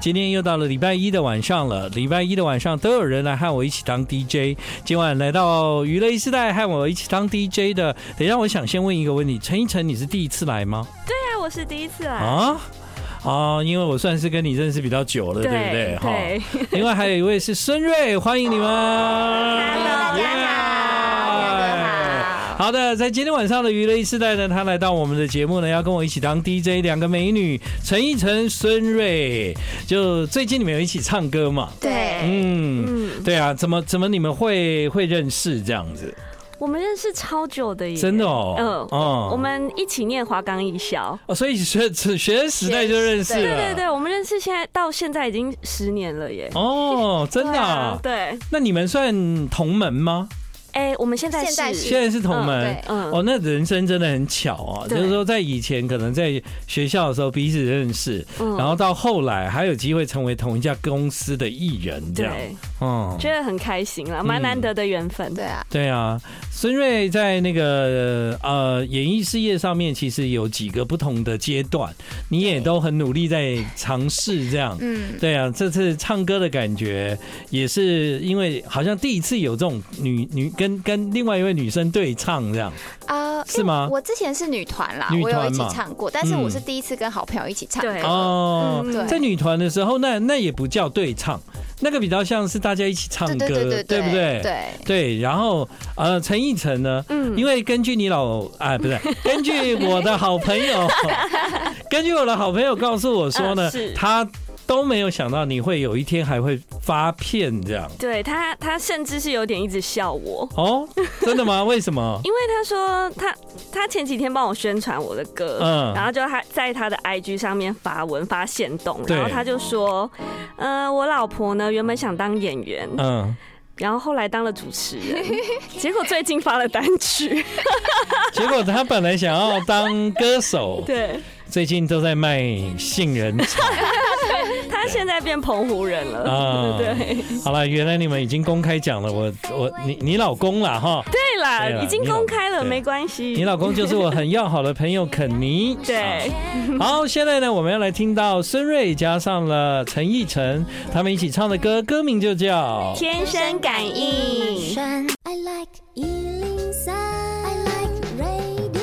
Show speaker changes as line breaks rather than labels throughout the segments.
今天又到了礼拜一的晚上了，礼拜一的晚上都有人来和我一起当 DJ。今晚来到娱乐一时代和我一起当 DJ 的，等一下我想先问一个问题，陈一晨，你是第一次来吗？
对啊，我是第一次来。
啊？哦，因为我算是跟你认识比较久了，对不对？
对，
另外还有一位是孙瑞，欢迎你们。
大家好
好。好的，在今天晚上的娱乐一时代呢，他来到我们的节目呢，要跟我一起当 DJ，两个美女陈奕晨、孙瑞，就最近你们有一起唱歌嘛？
对，
嗯，
嗯，
对啊，怎么怎么你们会会认识这样子？
我们认识超久的耶，
真的哦，
嗯
哦
我们一起念华冈艺校。
哦所以学学生时代就认识了，
对对对，我们认识现在到现在已经十年了耶。
哦，真的、啊。
对啊，对，
那你们算同门吗？
哎，我们现在
现在
是
是
现在是同门，
对
嗯
哦，那人生真的很巧啊！就
对
是说，在以前可能在学校的时候彼此认识，
嗯
然后到后来还有机会成为同一家公司的艺人，这样，
对，
嗯，
觉得很开心啦，蛮难得的缘分。
对啊，
对啊。孙瑞在那个呃演艺事业上面，其实有几个不同的阶段，你也都很努力在尝试这样。
嗯，
对啊，这次唱歌的感觉也是因为好像第一次有这种女女跟跟另外一位女生对唱这样，
啊、
是吗
因为我之前是女团啦，
女
我
团嘛
有一起唱过，但是
嗯
我是第一次跟好朋友一起唱。
对
哦，
嗯
哎对
在女团的时候，那那也不叫对唱，那个比较像是大家一起唱歌，
对对对
不对？
对，
对然后呃，陈奕晨呢？
嗯
因为根据你老啊， 不是根据我的好朋友，根据我的好朋友告诉我说呢
嗯是，
他都没有想到你会有一天还会发片这样。
对他，他甚至是有点一直笑我，
哦，真 的吗？为什么？
因为他说他他前几天帮我宣传我的歌，
嗯
然后就他在他的 IG 上面发文发现动，
对
然后他就说，呃，我老婆呢原本想当演员，
嗯，
然后后来当了主持人， 结果最近发了单曲，
结果他本来想要当歌手，
对
最近都在卖杏 仁茶。
他现在变澎湖人了，
啊
对
好了，原来你们已经公开讲了，我我你你老公啦哈，
对啦，
对啦
已经公开了，
你老
没关系，
你老公就是我很要好的朋友肯尼。啊
对，
好，现在呢，我们要来听到孙瑞加上了陈奕晨他们一起唱的歌，歌名就叫。
天生感应。
I like Ealing Sound. I like radio.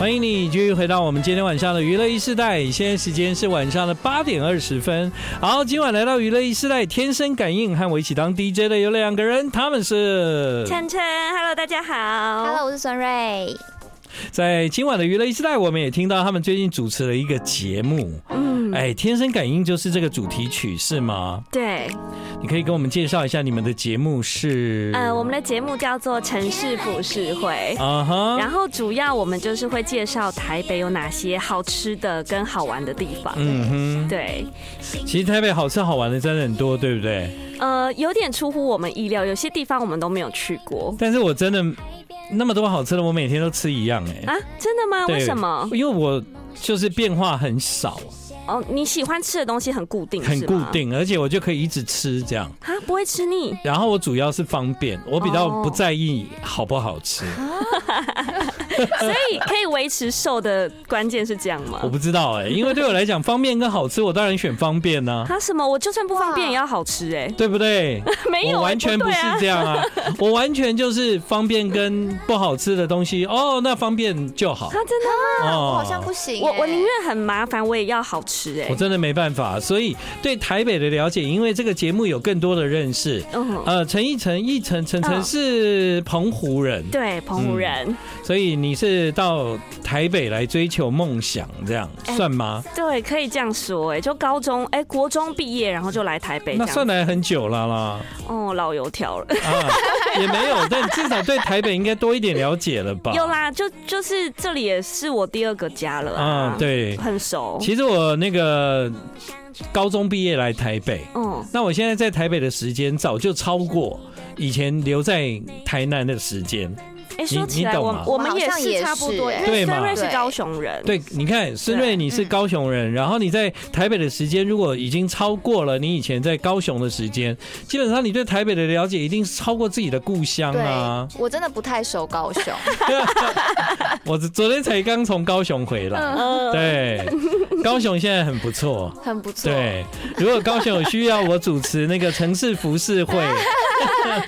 欢迎你继续回到我们今天晚上的娱乐一世代，现在时间是晚上的八点二十分。好，今晚来到娱乐一世代，天生感应和我一起当 DJ 的有两个人，他们是
晨晨，Hello，大家好
Hello，我是孙瑞。
在今晚的娱乐一时代，我们也听到他们最近主持了一个节目。嗯，哎，天生感应就是这个主题曲是吗？
对，
你可以给我们介绍一下你们的节目是？
呃，我们的节目叫做《城市浮世会》。
啊哈，
然后主要我们就是会介绍台北有哪些好吃的跟好玩的地方。
嗯
对，
哼，其实台北好吃好玩的真的很多，对不对？
呃，有点出乎我们意料，有些地方我们都没有去过
但是我真的那么多好吃的，我每天都吃一样哎、
啊？真的吗？
对
为什么？
因为我就是变化很少，
哦，你喜欢吃的东西很固定，
很
是
固
吗
定，而且我就可以一直吃这样。
啊，不会吃腻。
然后我主要是方便，我比较
哦啊
不在意好不好吃。
所以可以维持瘦的关键是这样吗
呃我？不知道哎、因为对我来讲，方便跟好吃，我当然选方便 呐、
啊，什么？我就算不方便也要好 吃哎、
对不对？
没有、
我
哎
完全不
对
是
啊
这样啊，我完全就是方便跟不好吃的东西哦，那方便就好
啊，真的吗？
哦
我好像不行欸、
我我宁愿很麻烦，我也要好吃哎、
我真的没办法，所以对台北的了解，因为这个节目有更多的认识。
嗯，
呃，陈奕晨，奕晨，晨晨
嗯
是澎湖人，
对，澎湖人。
所以你是到台北来追求梦想，这样
哎
算吗？
对，可以这样说、哎，就高中，哎、国中毕业，然后就来台北，
那算
了，
来很久了啦。
哦，老油条了，
啊，也没有，但至少对台北应该多一点了解了吧？
有啦，就就是这里也是我第二个家了、啊，
啊，，对。
很熟，
其实我那个高中毕业来台北，
嗯，
那我现在在台北的时间早就超过以前留在台南的时间。
哎、哎，说
你
起来，
懂
我
吗
我们
我好像
是
也
差不
是
多，
哎
因为
对嘛
孙瑞是
对
高雄人，
对，你看思瑞，你是高雄人，然后你在台北的时间如果已经超过了你以前在高雄的时间，基本上你对台北的了解一定是超过自己的故乡
对
啊。，
我真的不太熟 高雄，
我昨天才刚从高雄回来，
嗯，
对，高雄现在很不错。
很不错。
对，如果高雄有需要我主持那个城市服饰会，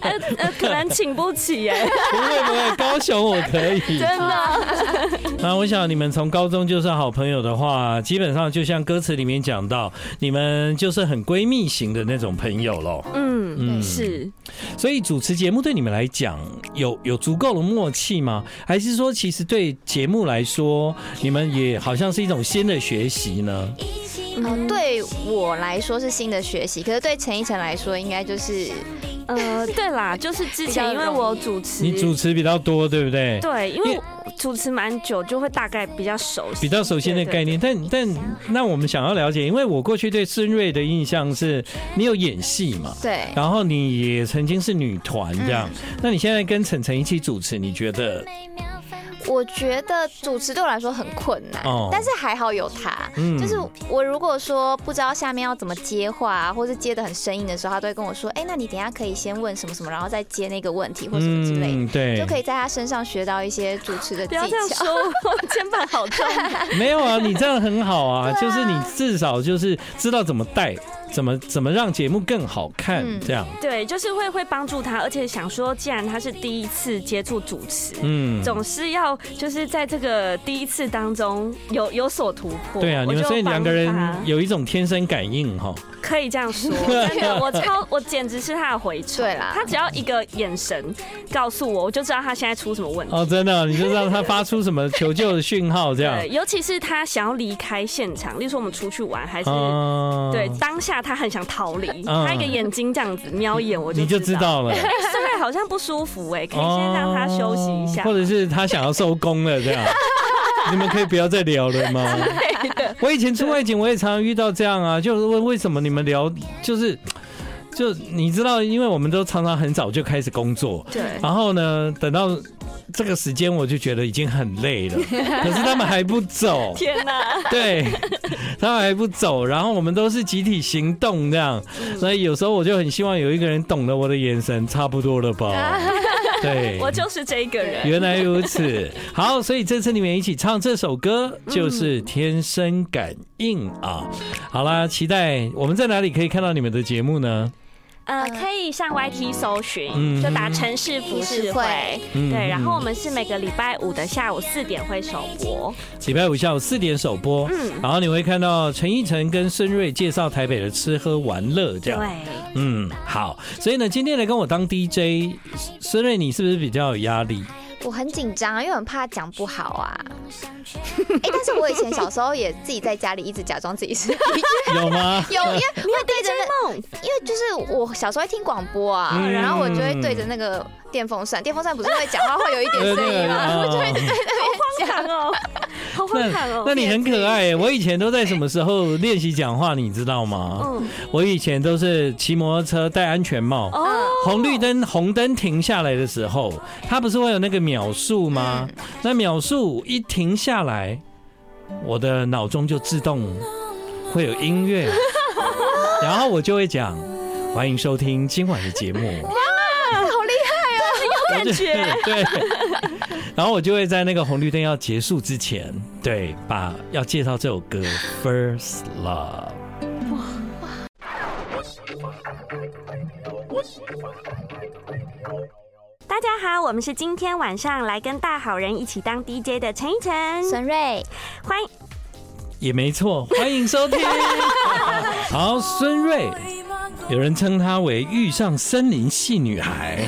呃，可能请不 起哎，
不会不会，高雄我可以。
真的，
那我想你们从高中就是好朋友的话，基本上就像歌词里面讲到，你们就是很闺蜜型的那种朋友喽。
嗯，
嗯，
是，
所以主持节目对你们来讲有有足够的默契吗？还是说其实对节目来说，你们也好像是一种新的学习呢？
嗯，对我来说是新的学习，可是对陈奕晨来说，应该就是
呃，对啦，就是之前因为我主持，
你主持比较多，对不对？
对，因
因
为
为
我主持蛮久，就会大概比较熟悉，
比较熟悉那个概念，但但那我们想要了解，因为我过去对孙瑞的印象是，你有演戏嘛，
对。
然后你也曾经是女团这样，
嗯
那你现在跟晨晨一起主持，你觉得
我觉得主持对我来说很困难，
哦
但是还好有他。
嗯
就是我如果说不知道下面要怎么接话、啊，或是接的很生硬的时候，他都会跟我说：“哎、那你等一下可以先问什么什么，然后再接那个问题或什么之类的。
嗯对，
就可以在他身上学到一些主持的
不
技
要这样
巧。
说，我肩膀好重。
没有 啊，你这样很好啊，
对啊
就是你至少就是知道怎么带，怎么怎么让节目更好看，
嗯
这样，
对，就是会会帮助他，而且想说，既然他是第一次接触主持，
嗯，
总是要就是在这个第一次当中有有所突破。
对啊，
我
你们
就
所以两个
帮他
人有一种天生感应哈，
可以这 样说，真的，我超我简直是他的蛔虫。
对啦
他只要一个眼神告诉我，我就知道他现在出什么问题。
哦，真的，你就让他发出什么求救的讯号这样
对，，尤其是他想要离开现场，例如说我们出去玩，还是、
嗯，
对当下他很想逃离，
嗯
他一个眼睛这样子瞄一眼，我就
你就
知
知
道，
道了，
这个好像不舒服哎、可以先让他休息一
哦
下，
哦或者是他想要收工了这 样。你们可以不要再聊了吗？我以前出外景，我也常常遇到这样啊，就是问为什么你们聊，就是就你知道，因为我们都常常很早就开始工作，
对。
然后呢，等到这个时间我就觉得已经很累了，可是他们还不走，
天哪！
对，他们还不走，然后我们都是集体行动这样，
嗯
所以有时候我就很希望有一个人懂得我的眼神，差不多了 吧？对，
我就是这一个人。
原来如 此，好，所以这次你们一起唱这首歌就是《天生感应》啊。好啦，期待我们在哪里可以看到你们的节目呢？
呃，可以上 YT 搜
嗯
寻，就打城市服饰会。
嗯
对，然后我们是每个礼拜五的下午四点会首播。
礼拜五下午四点首播，
嗯
然后你会看到陈奕晨跟孙瑞介绍台北的吃喝玩乐这
对
样。，嗯，好，所以呢，今天来跟我当 DJ，孙瑞你是不是比较有压 力？
我很紧张啊，因为我很怕讲不好啊。 哎、但是我以前小时候也自己在家里一直假装自己是
有吗？
有，因 为会对着那
梦
因为就是我小时候会听广播啊，
嗯
然后我就会对着那个电风扇，电风扇不是会讲话会有一点声音吗？
啊，
荒唐 哦，好荒唐
那
哦。
那你很可爱耶。我以前都在什么时候练习讲话，你知道吗？
嗯
我以前都是骑摩托车戴安全帽，
哦，
红绿灯红灯停下来的时候，它不是会有那个秒数吗？那秒数一停下来，我的脑中就自动会有音乐，然后我就会讲。欢迎收听今晚的节目，
好厉
我
嗯
就对，然后我就会在那个红绿灯要结束之前，对，把要介绍这首歌《First Love》。
大家好，我们是今天晚上来跟大好人一起当 DJ 的陈一晨，
害！沈瑞，
欢迎。
也没错，欢迎收听。好，孙瑞，有人称她为“遇上森林系女孩”，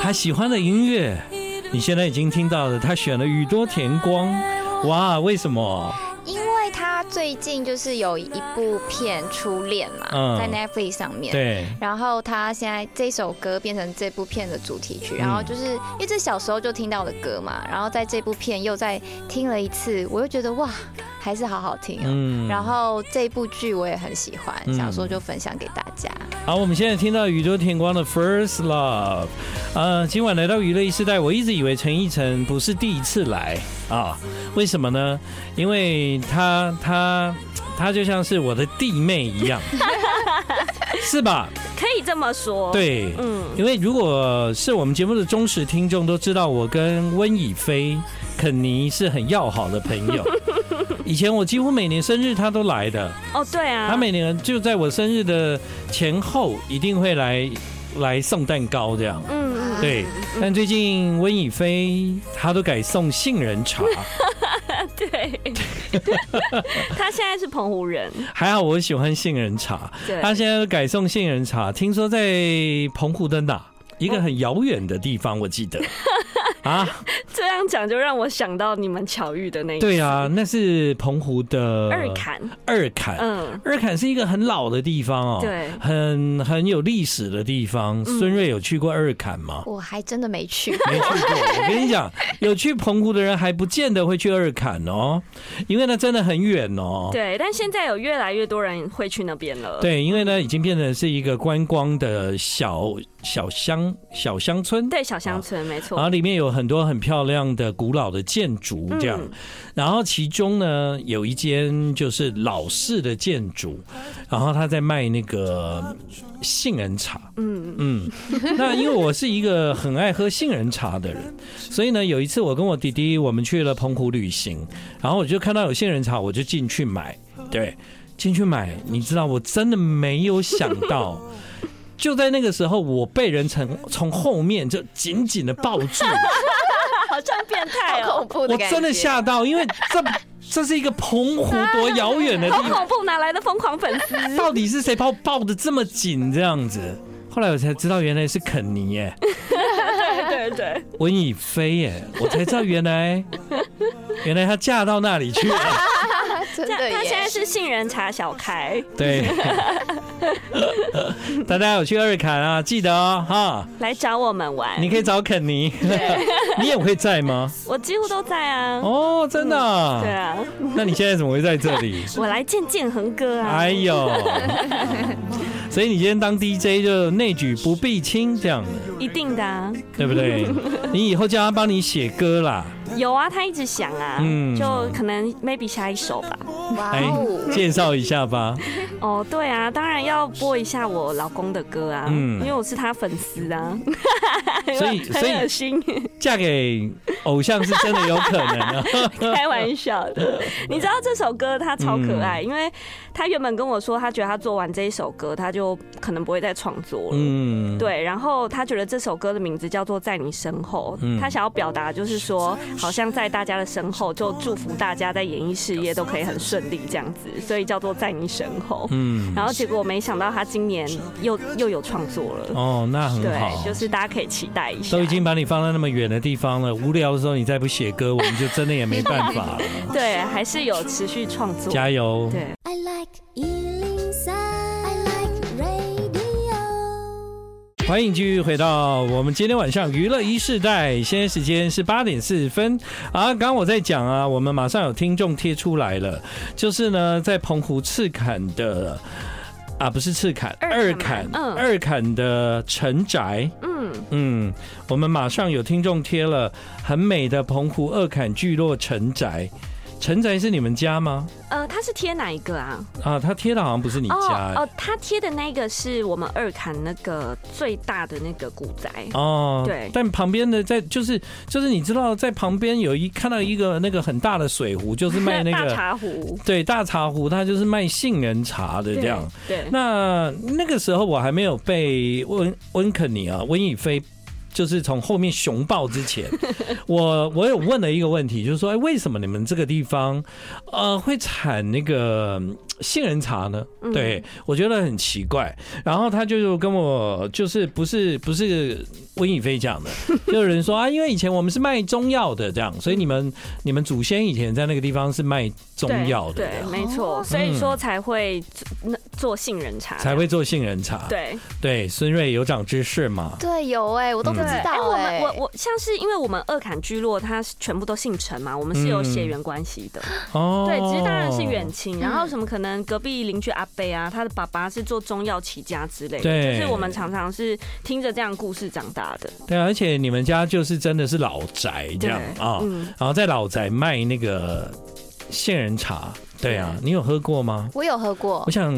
她喜欢的音乐，你现在已经听到了。她选了宇多田光，哇，为什么？
因为他最近就是有一部片《初恋》嘛，
嗯
在 Netflix 上面。
对，
然后他现在这首歌变成这部片的主题
嗯
曲，然后就是因为这小时候就听到的歌嘛，然后在这部片又再听了一次，我又觉得哇，还是好好听哦。
嗯
然后这部剧我也很喜欢，
嗯
想说就分享给大家。
好，我们现在听到宇宙天光的《First Love》，呃，今晚来到娱乐一时代，我一直以为陈奕晨不是第一次来啊，为什么呢？因为他他他就像是我的弟妹一样，是吧？
可以这么说。，
对，
嗯，
因为如果是我们节目的忠实听众，都知道我跟温以菲、肯尼是很要好的朋 友。以前我几乎每年生日他都来的，
哦，对啊，
他每年就在我生日的前后一定会来来送蛋糕这样。
嗯嗯
对，但最近温以菲她都改送杏仁 茶，
嗯 对， 他现在是澎湖人，
还好我喜欢杏仁茶，
对，
她现在都改送杏仁茶。听说在澎湖的哪一
哦
个很遥远的地方，我记 得啊，
这样讲就让我想到你们巧遇的那一
对呃啊，那是澎湖的
二坎，
二坎，
嗯，
二坎是一个很老的地方哦，
对嗯
很很有历史的地方。孙瑞有去过二坎吗？
我还真的 没去，
没去过，我跟你 讲，有去澎湖的人还不见得会去二坎哦，因为那真的很远哦。
对，但现在有越来越多人会去那边了。，
对，因为呢，已经变成是一个观光的小小乡小乡村。
对，小乡村没
然后
错，
里面有很多很漂亮的古老的建筑，这样。
嗯
然后其中呢有一间就是老式的建筑，
嗯
然后他在卖那个杏仁茶。
嗯，
嗯，那因为我是一个很爱喝杏仁茶的 人，所以呢有一次我跟我弟弟我们去了澎湖旅行，然后我就看到有杏仁茶，我就进去买。对，进去买，你知道我真的没有想 到。就在那个时候，我被人从从后面就紧紧的抱住，
好像变态
好
哦
恐，怖的
我
感觉。
真的吓到，因为这 这是一个澎湖多遥远的
哦好
哦
地方，
恐怖，哪来的疯狂粉丝？
到底是谁把我抱得这么紧这样子？后来我才知道原来是肯尼耶，
对对对，
温以菲耶，我才知道原 来原来她嫁到那里去了。
真
这样
的
他现在
耶！
是杏仁茶小开，
对，大家有去二坎啊，记得哦哈，
来找我们玩
你，可以找肯尼， 你也会在吗？
我几乎都在啊。
哦，真的啊、
对啊，
那你现在怎么会在这里？
我来见建恒哥啊。
哎 呦，所以你今天当 DJ 就内举不避亲这样的，
一定的、啊，
对不 对？你以后叫他帮你写歌啦，
有啊，他一直想啊，
嗯
就可能 maybe 下一首吧。
哇
来
哦，
哎介绍一下吧。
哦，对啊，当然要播一下我老公的歌啊，
嗯
因为我是他粉丝啊，
所以所以
很恶心，
嫁给偶像是真的有可能 啊。
开玩笑的。你知道这首歌他超可
嗯
爱，因为他原本跟我说，他觉得他做完这一首歌，他就可能不会再创作了。
嗯，
对，然后他觉得这首歌的名字叫做《在你身后》，
嗯
他想要表达就是说，好像在大家的身后，就祝福大家在演艺事业都可以很顺利这样子，所以叫做《在你身后》。
嗯，
然后结果没想到他今年又又有创作了，
哦，那很好
对，就。是大家可以期待一下。
都已经把你放在那么远的地方了，无聊的时候你再不写歌，我们就真的也没办 法了。
对，还是有持续创作。
加油！
对，
I like Ealing Sound. I like radio.
欢迎继续回到我们今天晚上娱乐一世代，现在时间是八点四十分啊。刚刚我在讲啊，我们马上有听众贴出来了，就是呢，在澎湖赤坎的啊，不是赤坎，
二
坎
坎，嗯
二坎的城宅，
嗯，
嗯，我们马上有听众贴了很美的澎湖二坎聚落城宅，城宅是你们家吗？
呃，他是贴哪一个啊？
啊，他贴的好像不是你家、欸。
哦，他贴的那个是我们二坎那个最大的那个古宅。
哦，
对
但旁边的在就是就是你知道，在旁边有一看到一个那个很大的水壶，就是卖那
大
个
茶壶，
对大茶壶，它就是卖杏仁茶的这样。
对，
那那个时候我还没有被温温肯尼啊温以菲。就是从后面熊抱之 前，我我有问了一个问题，就是说，哎，为什么你们这个地方，呃，会产那个嗯杏仁茶呢？
嗯
对我觉得很奇怪。然后他就跟我，就是不是不是温以菲讲 的，就有人说啊，因为以前我们是卖中药的，这样，所以你们你们祖先以前在那个地方是卖中
对
药的，哦
对，没错，所以说才会做那做杏仁茶，
才会做杏仁茶。
哦
对。
对，孙瑞有长知识 嘛？
对，有哎，我都
嗯
不知
哎、
道
我们
哎。
我我像是因为我们二坎居落，它
嗯
是全部都姓陈嘛，我们是有血缘关系的，
哦，
对，只是当然是远亲，然后什么可能能隔壁邻居阿贝啊，他的爸爸是做中药起家之类的，
对
就是我们常常是听着这样故事长大的。
对啊，而且你们家就是真的是老宅这
对
样啊、
嗯，
然后在老宅卖那个杏仁茶，对啊，
嗯
你有喝过吗？
我有喝 过
我，想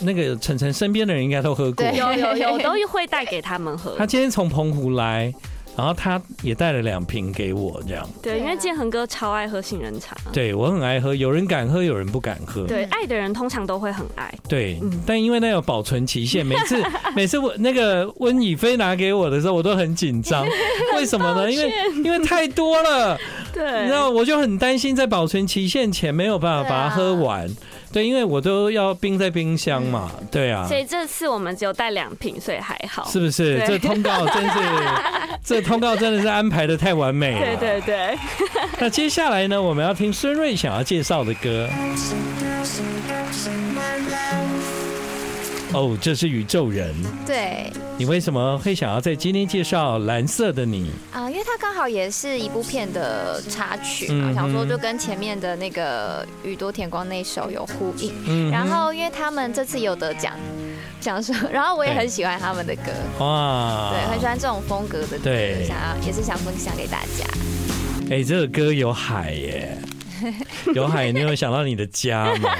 那个晨晨身边的人应该都喝过
对。
有有有，都会带给他们喝
他。今天从澎湖来，然后他也带了两瓶给我，这样。
对，因为建恒哥超爱喝杏仁茶。
对我很爱喝，有人敢喝，有人不敢喝。
对，爱的人通常都会很爱。
对
嗯，
但因为那有保存期限，每 次每次我那个温以飞拿给我的时候，我都很紧 张。为什么呢？因为因为太多了，
对
你知道，我就很担心在保存期限前没有办法把它喝完。
啊
对，因为我都要冰在冰箱嘛。对啊
嗯所，以这次我们只有带两瓶，所以还好。
是不是？这
对
通告真 是，这通告真的是安排的太完美
对
了。
对对，
那接下来呢，我们要听孙瑞想要介绍的歌。哦，这是宇宙人。
对
你为什么会想要在今天介绍《蓝色的你》？
啊、因为它刚好也是一部片的插曲嘛，
嗯哼
想说就跟前面的那个宇多田光那首有呼应。
嗯
然后因为他们这次有得奖，想说，然后我也很喜欢他们的歌，
哇，
对，很喜欢这种风格的歌
啊对，
想要也是想分享给大家。
哎、这个歌有海 耶，有海，你有想到你的家吗？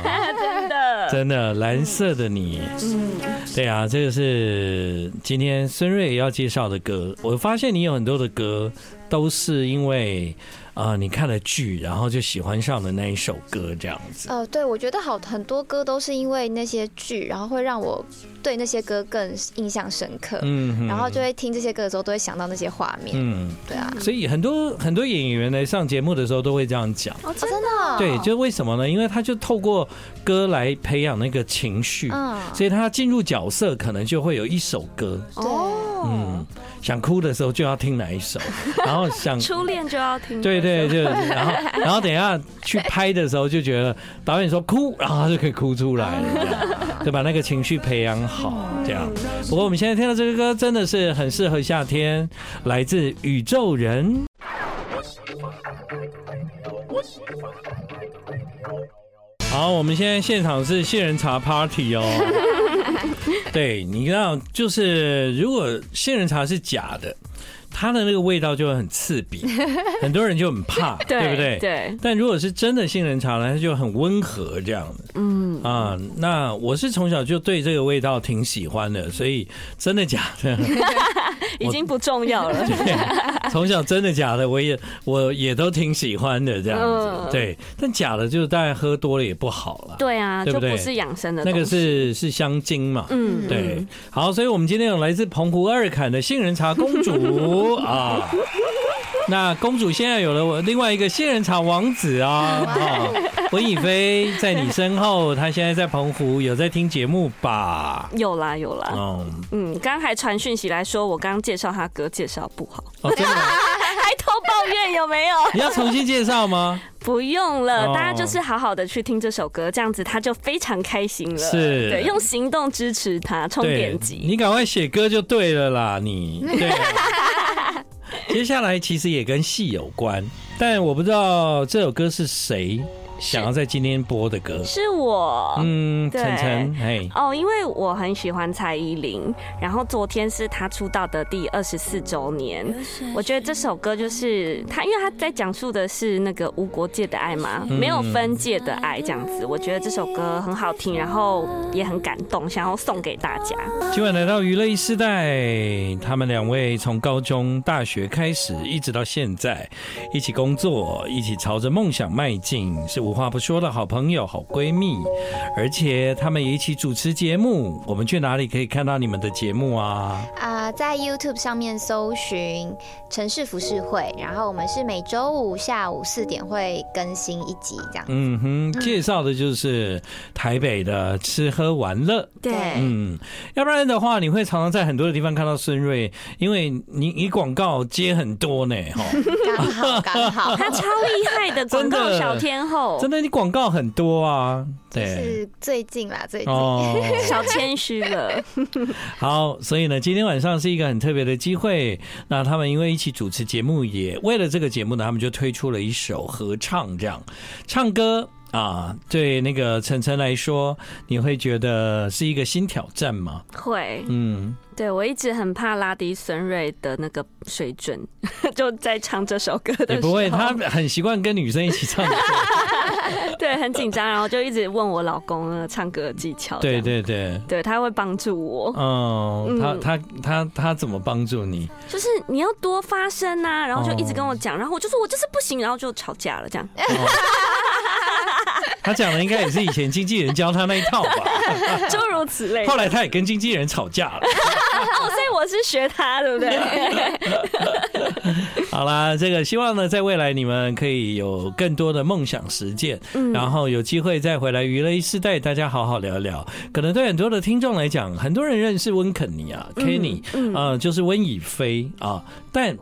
真的。
真的，蓝色的你，
嗯
对啊，这个是今天孙瑞要介绍的歌。我发现你有很多的歌都是因为啊、呃你看了剧，然后就喜欢上的那一首歌这样子。
呃，对，我觉得好很多歌都是因为那些剧，然后会让我对那些歌更印象深刻，
嗯哼
然后就会听这些歌的时候都会想到那些画面，
嗯，
对啊，
所以很多很多演员来上节目的时候都会这样讲。
哦，
哦
真
真的哦、
对，就是为什么呢？因为他就透过歌来培养那个情绪，
嗯，
所以他进入角色可能就会有一首歌，
哦
嗯，，想哭的时候就要听哪一首，然后 想。
初恋就要听。
对对，就然后然后等一下去拍的时候就觉得导演说哭，然后他就可以哭出来了，这样就把那个情绪培养好，这样。不过我们现在听到这个歌真的是很适合夏天，来自宇宙人。好，我们现在现场是杏仁茶 party 哦。对，你知道，就是如果杏仁茶是假的，它的那个味道就会很刺 鼻，很多人就很怕，对不对？
对，
但如果是真的杏仁茶呢，它就很温和这样的
嗯，
啊。那我是从小就对这个味道挺喜欢的，所以真的假的，
已经不重要了。
对，从小真的假的，我也我也都挺喜欢的这样子
嗯。
对，但假的就大概喝多了也不好了。
对啊，
对
就
不对
不是养生的
那
东西。
个是是香精嘛？
嗯，
对，好，所以我们今天有来自澎湖二坎的杏仁茶公主啊。那公主现在有了我另外一个杏仁茶王子啊，啊，温以飞在你身后，她现在在澎湖，有在听节目吧？
有啦有啦。
嗯，
嗯，刚刚还传讯息来说，我刚刚介绍他歌介绍不好，
哦，真的吗，
还偷抱怨有没有？
你要重新介绍吗？
不用了，
哦
大家就是好好的去听这首歌，这样子他就非常开心了。
是
对，用行动支持他，充
对
点，击。
你赶快写歌就对了啦，你对啊。接下来其实也跟戏有关，但我不知道这首歌是谁想要在今天播的歌。
是我。
嗯，
对
晨晨，哎，
哦，因为我很喜欢蔡依林，然后昨天是她出道的第二十四周年，我觉得这首歌就是她，因为她在讲述的是那个无国界的爱嘛，
嗯
没有分界的爱这样子，我觉得这首歌很好听，然后也很感动，想要送给大家。
今晚来到娱乐一时代，他们两位从高中、大学开始，一直到现在，一起工作，一起朝着梦想迈进，是无话不说的好朋友、好闺蜜。而且他们也一起主持节目。我们去哪里可以看到你们的节目啊？
啊、在 YouTube 上面搜寻城市服饰会，然后我们是每周五下午四点会更新一集这样。
嗯哼，介绍的就是台北的吃喝玩乐。
对
嗯，要不然的话，你会常常在很多的地方看到孙瑞，因为你你广告接很多呢，哈，
刚好 刚好，
她超厉害的广告
真的
小天后
真，的你广告很多啊，
就
对，
是最近啦，最近。
哦，
小谦虚 了。
好，所以呢，今天晚上是一个很特别的机会。那他们因为一起主持节目也，为了这个节目呢，他们就推出了一首合唱，这样唱歌。啊，对那个晨晨来说，你会觉得是一个新挑战吗？
会，
嗯，
对我一直很怕拉低孙瑞的那个水准， 就在唱这首歌
嗯也
的时候，
不会，他很习惯跟女生一起唱歌。
对很紧张，然后就一直问我老公那个唱歌的技巧，这
对
样，
对对，
对他会帮助我，
嗯，他
嗯
他他他怎么帮助你？
就是你要多发声啊，然后就一直跟
哦
我讲，然后我就说我就是不行，然后就吵架了这样。
哦他讲的应该也是以前经纪人教他那一套吧。
诸如此类。
后来他也跟经纪人吵架 了。
哦，所以我是学他，对不 啊对？
好啦，这个希望呢，在未来你们可以有更多的梦想实践，
嗯
然后有机会再回来娱乐一世代，大家好好聊聊。可能对很多的听众来讲，很多人认识温肯尼啊、Kenny，
嗯
呃，就是温以菲啊，但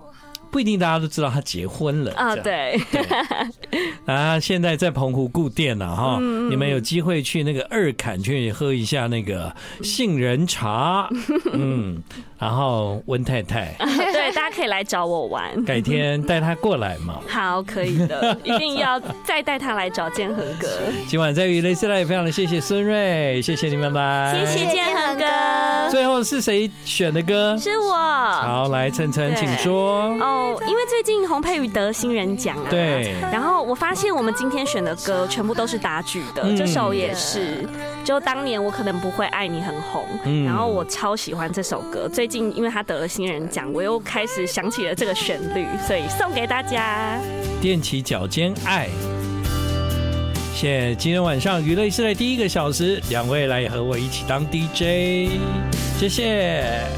不一定大家都知道他结婚了
啊，
这样
对，
啊，现在在澎湖固店了哈，
嗯
你们有机会去那个二坎去喝一下那个杏仁 茶，嗯，然后温太太
对，大家可以来找我玩。
改天带她过来嘛。
好，可以的，一定要再带他来找建恒哥。
今晚在与雷斯也非常的谢谢孙瑞，谢谢你们来。
谢谢建恒哥，
最后是谁选的歌？
是啊我。
好，来晨晨，
对
请说。
哦，因为最近洪佩瑜得新人奖啊，
对
然后我发现我们今天选的歌全部都是打举的，
嗯
这首也是。就当年我可能不会爱你很红，
嗯
然后我超喜欢这首歌。最近因为他得了新人奖，我又开始想起了这个旋律，所以送给大家。
踮起脚尖爱。谢谢今天晚上娱乐时代第一个小时，两位来和我一起当 DJ，谢谢。